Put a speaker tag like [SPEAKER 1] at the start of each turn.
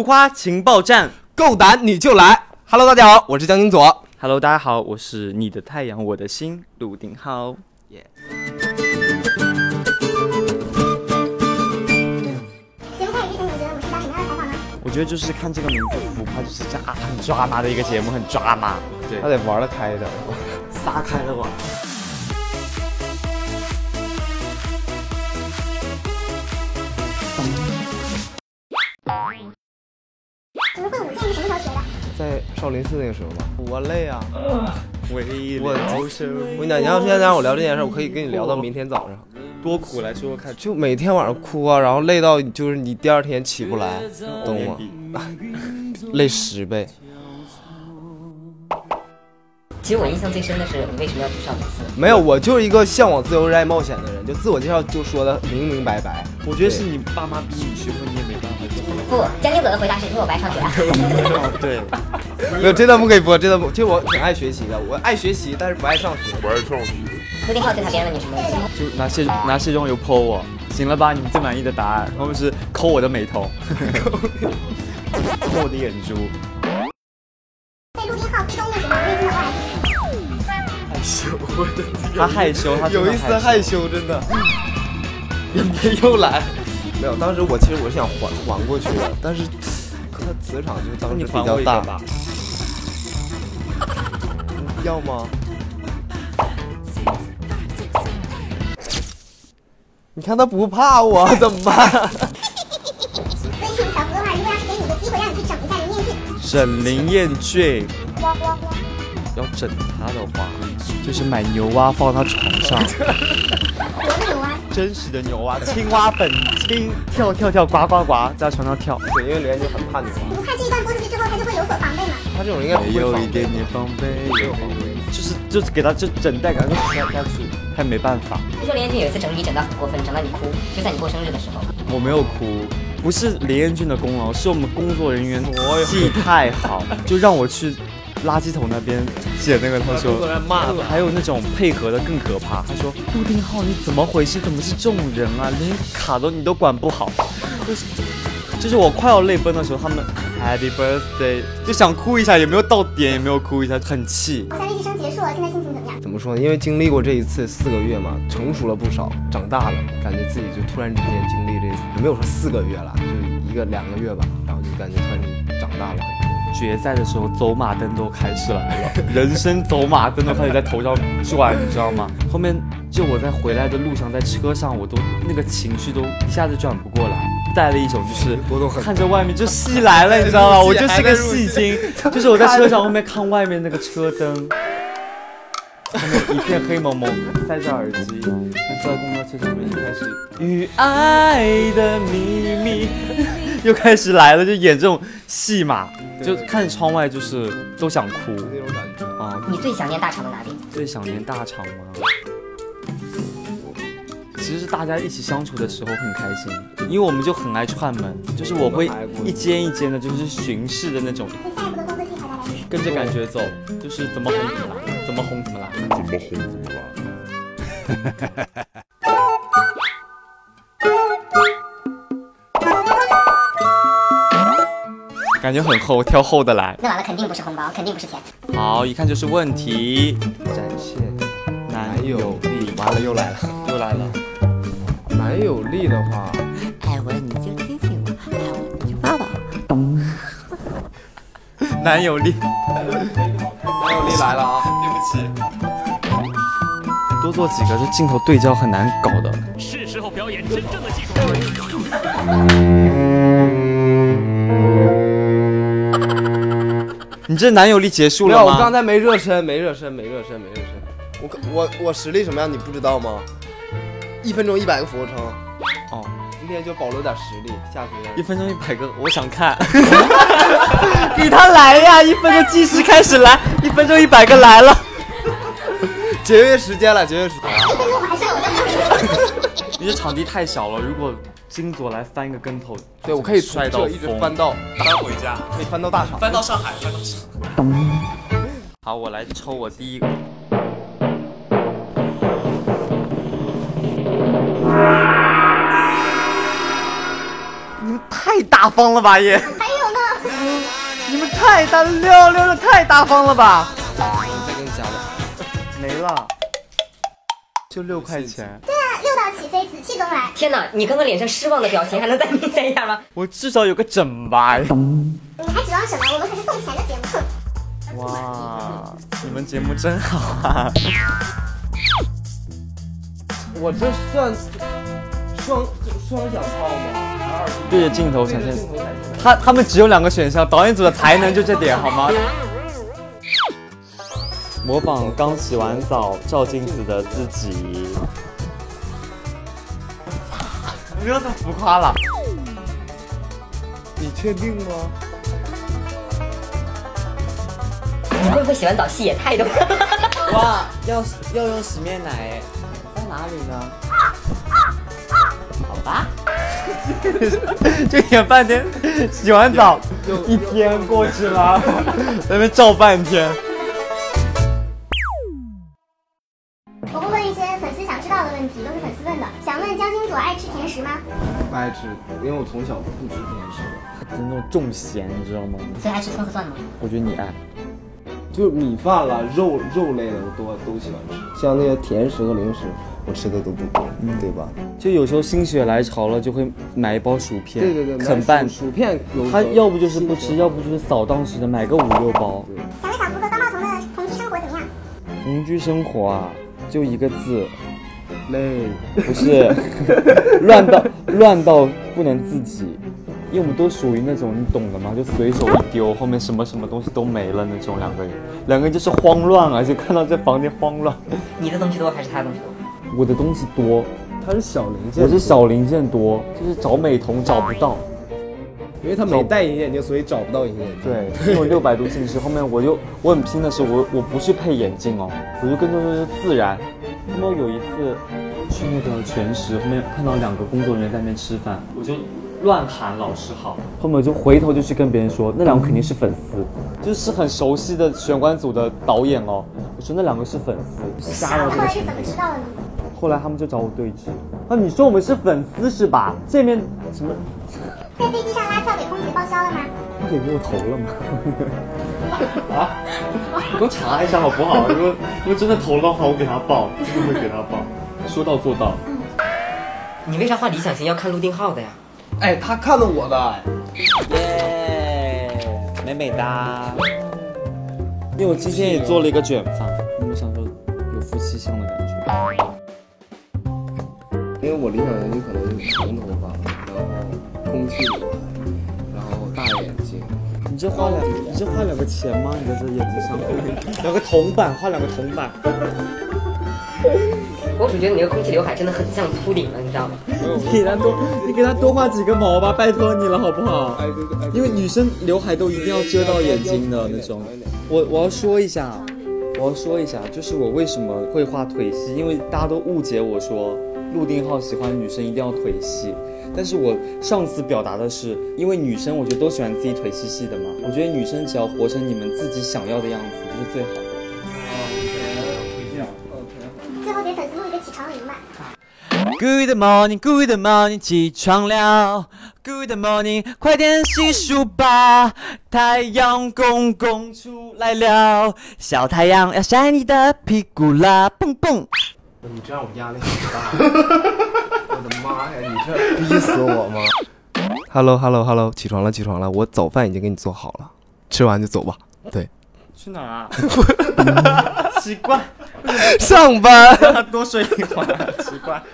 [SPEAKER 1] 浮夸情报站
[SPEAKER 2] 够胆你就来！Hello，大家好，我是江金左。
[SPEAKER 1] ，Hello，大家好，我是你的太阳，我的心，陆定浩。
[SPEAKER 3] 节目快乐之前，你觉得我是一档什么样的采访呢？
[SPEAKER 1] 我觉得就是看这个名字浮夸，就是这样啊，很抓马的一个节目，很抓马。对，
[SPEAKER 2] 得玩得开一点。
[SPEAKER 1] 撒开了玩。
[SPEAKER 3] 你们会舞剑是什么时候学的？
[SPEAKER 2] 在少林寺那个时候吧，我累啊！
[SPEAKER 1] 我
[SPEAKER 2] 我跟你讲，你要现在让我聊这件事，我可以跟你聊到明天早上。
[SPEAKER 1] 多苦来说说看，
[SPEAKER 2] 就每天晚上哭啊，然后累到就是你第二天起不来，
[SPEAKER 1] 嗯
[SPEAKER 2] 懂吗？累十倍。
[SPEAKER 4] 其实我印象最深的是你为什么要去少林寺？
[SPEAKER 2] 没有，我就是一个向往自由、热爱冒险的人，就自我介绍就说的明明白白。
[SPEAKER 1] 我觉得是你爸妈逼你学会，你也没办法做
[SPEAKER 4] 不，江金泽的回答是因为我不爱上 学啊。
[SPEAKER 1] 对，
[SPEAKER 2] 没有，这段不可以播，这段不。其实我挺爱学习的，我爱学习，但是不爱上学。
[SPEAKER 4] 陆定浩最讨厌问你什么问题？
[SPEAKER 1] 就拿卸拿卸妆油泼我，行了吧？你们最满意的答案，他们是抠我的美 瞳，抠我的眼珠。
[SPEAKER 3] 被陆定浩逼宫的时候，你有什么感觉？
[SPEAKER 1] 他害羞，他真的
[SPEAKER 2] 有一丝害羞，真 的。你又来，没有，当时我其实我是想缓缓过去的，但是可他磁场就当时
[SPEAKER 1] 你
[SPEAKER 2] 比
[SPEAKER 1] 还我
[SPEAKER 2] 较
[SPEAKER 1] 一个
[SPEAKER 2] 大
[SPEAKER 1] 吧，
[SPEAKER 2] 嗯要吗？你看他不怕我怎么办？
[SPEAKER 3] 所以小福的话，如果要是给你一个机会，让你去整一下人面具，
[SPEAKER 1] 整林彦俊
[SPEAKER 3] 我我我，
[SPEAKER 1] 要整他的话，就是买牛蛙放到床上，
[SPEAKER 3] 我没有啊。
[SPEAKER 1] 真实的牛蛙，青蛙本青，跳跳跳，呱呱呱，在床上跳。
[SPEAKER 2] 对，因为连就很怕你
[SPEAKER 3] 你
[SPEAKER 2] 嘛，
[SPEAKER 3] 不怕这一段播出去之后，他就会有所防备吗？
[SPEAKER 2] 他这种人应该不会防备的。
[SPEAKER 1] 防备，就是就是给他就整带给他就摔下去，他也没办法。
[SPEAKER 4] 听说林彦俊有一次整你整到很过分，整到你哭，就在你过生日的时候。
[SPEAKER 1] 我没有哭，不是林彦俊的功劳，是我们工作人员技太好，就让我去垃圾桶那边捡那个。他说
[SPEAKER 2] 工作人员骂了
[SPEAKER 1] 还有那种配合的更可怕，他说陆定浩你怎么回事？怎么是这种人啊？连卡都你都管不好，就是就是我快要泪奔的时候，他们 Happy Birthday 就想哭一下，也没有到点，也没有哭一下，很气。
[SPEAKER 3] 三位之声结束了，现在心情怎么样？
[SPEAKER 2] 怎么说呢？因为经历过这一次四个月嘛，成熟了不少，长大了，感觉自己就突然之间经历这也没有说四个月了，就一个两个月吧，然后就感觉突然间长大了。
[SPEAKER 1] 决赛的时候，走马灯都开始来了， 人生走马灯都开始在头上转，你知道吗？后面就我在回来的路上，在车上，我都那个情绪都一下子转不过来，带了一种就是
[SPEAKER 2] 波动很大
[SPEAKER 1] 看着外面就戏来了，你知 道吗？我
[SPEAKER 2] 入戏
[SPEAKER 1] 就是个
[SPEAKER 2] 还在入
[SPEAKER 1] 戏
[SPEAKER 2] 戏
[SPEAKER 1] 精，就是我在车上后面看外面那个车灯，后面一片黑蒙蒙，戴着耳机，那坐在公交车上面就开始《与爱的秘密》， 又开始来了，就演这种戏嘛，就看窗外就是都想哭
[SPEAKER 2] 那种感觉。
[SPEAKER 1] 啊。
[SPEAKER 4] 你最想念大肠的哪里？
[SPEAKER 1] 最想念大厂吗？其实大家一起相处的时候很开心，因为我们就很爱串门，就是我会一间一间的，就是巡视的那种，
[SPEAKER 3] 对下一步的工作计划大概是什么？
[SPEAKER 1] 跟着感觉走，就是怎么红怎么来，怎么红怎么来。 感觉很厚，挑厚的来。
[SPEAKER 4] 那完了，肯定不是红包，肯定不是钱。
[SPEAKER 1] 好，一看就是问题。
[SPEAKER 2] 展现
[SPEAKER 1] 男
[SPEAKER 2] 男友
[SPEAKER 1] 友力，
[SPEAKER 2] 完了又来了。
[SPEAKER 1] 又来了。
[SPEAKER 2] 男友力的话，
[SPEAKER 5] 爱哎我你就听听我，爱我你就抱抱我。
[SPEAKER 1] 男友力，
[SPEAKER 2] 男友力来了啊！
[SPEAKER 1] 多做几个，这镜头对焦很难搞的。
[SPEAKER 6] 是时候表演真正的技术了。
[SPEAKER 1] 你这男友力结束
[SPEAKER 2] 没
[SPEAKER 1] 了
[SPEAKER 2] 有，
[SPEAKER 1] 吗？
[SPEAKER 2] 我刚才没热身，没热身，没热身，没热身。我刚我我实力什么样你不知道吗？一分钟一百个俯卧撑，
[SPEAKER 1] 哦，
[SPEAKER 2] 今天就保留点实力，下次
[SPEAKER 1] 一分钟一百个，我想看。 给他来呀！一分钟计时开始来，一分钟一百个来了。
[SPEAKER 2] 节约时间了，节约时间。
[SPEAKER 3] 一分钟我还是有的。
[SPEAKER 1] 你这场地太小了，如果金左来翻一个跟头，
[SPEAKER 2] 对，我可以
[SPEAKER 1] 摔
[SPEAKER 2] 摔
[SPEAKER 1] 到
[SPEAKER 2] 到一直
[SPEAKER 1] 疯
[SPEAKER 2] 翻到，
[SPEAKER 6] 搬回家，
[SPEAKER 2] 可以翻到大厂。
[SPEAKER 6] 搬到上海，搬到上海。
[SPEAKER 1] 好，我来抽我第一个。你们太大方了吧也！
[SPEAKER 3] 还有呢，
[SPEAKER 1] 你们太大溜溜的太大方了吧？
[SPEAKER 2] 再给你加点。
[SPEAKER 1] 没了，就六块钱，
[SPEAKER 3] 对啊，六道起飞，紫气东来。
[SPEAKER 4] 天哪，你刚刚脸上失望的表情还能再明显一点吗？
[SPEAKER 1] 我至少有个整吧。
[SPEAKER 3] 你还指望什么？我们可是送钱的节目。哼
[SPEAKER 1] 哇，你们节目真好啊！
[SPEAKER 2] 我这算双双响炮吗？
[SPEAKER 1] 对着镜头呈现
[SPEAKER 2] 镜，头才行。
[SPEAKER 1] 他他们只有两个选项，导演组的才能就这点好吗？模仿刚洗完澡照镜子的自己。 不要再浮夸了。
[SPEAKER 2] 你确定吗？
[SPEAKER 4] 你会不会洗完澡戏也太 多？
[SPEAKER 7] 哇，要要用洗面奶哎，在哪里呢？
[SPEAKER 1] 就演半天，洗完澡一天过去 了，在那边照半天。
[SPEAKER 3] 我会问一些粉丝想知道的问题，都是粉丝问的。想问江金朵爱吃甜食吗？
[SPEAKER 2] 不爱吃，因为我从小不吃甜食，
[SPEAKER 1] 他那种重咸，你知道吗？
[SPEAKER 4] 你最爱吃葱和蒜吗？
[SPEAKER 1] 我觉得你啊爱。
[SPEAKER 2] 就是米饭啦、肉肉类的我都都喜欢吃，像那些甜食和零食，我吃的都不多，对吧？
[SPEAKER 1] 就有时候心血来潮了，就会买一包薯片，
[SPEAKER 2] 对对对，
[SPEAKER 1] 啃
[SPEAKER 2] 买
[SPEAKER 1] 半
[SPEAKER 2] 薯薯片有时候
[SPEAKER 1] 他要不就是不吃，
[SPEAKER 2] 新鲜
[SPEAKER 1] 要不就是扫荡式的买个五六包。
[SPEAKER 3] 想问小福和高茂彤的同居生活怎么样？
[SPEAKER 1] 同居生活啊，就一个字，
[SPEAKER 2] 累。
[SPEAKER 1] 不是乱到乱到不能自己，因为我们都属于那种你懂的吗？就随手一丢，后面什么什么东西都没了那种。两个人，两个人就是慌乱啊，就看到这房间慌乱。
[SPEAKER 4] 你的东西多还是他的东西多？
[SPEAKER 1] 我的东西多，
[SPEAKER 2] 它是小零件，
[SPEAKER 1] 我是，小零件多，就是找美瞳找不到。
[SPEAKER 2] 因为它没戴隐形眼镜，所以找不到隐形眼镜。
[SPEAKER 1] 对，因为我六百度近视，后面我就我很拼的是我我不是配眼镜哦，我就更多的是自然。后面有一次去那个全食，后面看到两个工作人员在那边吃饭，我就乱喊老师好，后面我就回头就去跟别人说，那两个肯定是粉丝，就是很熟悉的选管组的导演哦，我说那两个是粉丝，
[SPEAKER 3] 后来是怎么知道的呢？
[SPEAKER 1] 后来他们就找我对峙，啊你说我们是粉丝是吧？这面什么
[SPEAKER 3] 在飞机上拉票给空姐报销了吗？
[SPEAKER 1] 给我投了吗？ 啊？给我查一下好不好？如果如果真的投了的话，我给他报，真的会给他报。说到做到。
[SPEAKER 4] 你为啥画理想型要看陆定浩的呀？
[SPEAKER 2] 哎，他看了我的，
[SPEAKER 7] 耶，美美哒。
[SPEAKER 1] 因为我今天也做了一个卷发，你们想说有夫妻相的感觉？
[SPEAKER 2] 因为我理想型可能是长头发，然后空气刘海，然后大眼睛，
[SPEAKER 1] 你这花两，你这花两个钱吗？你在这眼睛上，两个铜板，画两个铜板。
[SPEAKER 4] 我只觉得你那个空气刘海真的很像秃顶了，你知道吗？
[SPEAKER 1] 你给他多，你给他多画几个毛吧，拜托你了好不好？
[SPEAKER 2] 哎对对哎对
[SPEAKER 1] 因为女生刘海都一定要遮到眼睛的那种。我我要说一下，我要说一下，就是我为什么会画腿细，因为大家都误解我说陆定浩喜欢女生一定要腿细，但是我上次表达的是，因为女生我觉得都喜欢自己腿细细的嘛，我觉得女生只要活成你们自己想要的样子就是最好的。
[SPEAKER 3] 最后给粉丝录一个起床铃吧。
[SPEAKER 1] Good morning, Good morning，起床了。Good morning，快点洗漱吧，太阳公公出来了，小太阳要晒你的屁股啦，蹦蹦。
[SPEAKER 2] 你这让我压力很大，我的妈呀，你这逼死我吗？Hello Hello Hello，起床了起床了，我早饭已经给你做好了，吃完就走吧。对，
[SPEAKER 1] 去哪儿啊？ 奇怪，
[SPEAKER 2] 上班。
[SPEAKER 1] 让他多睡一会儿，奇怪。啊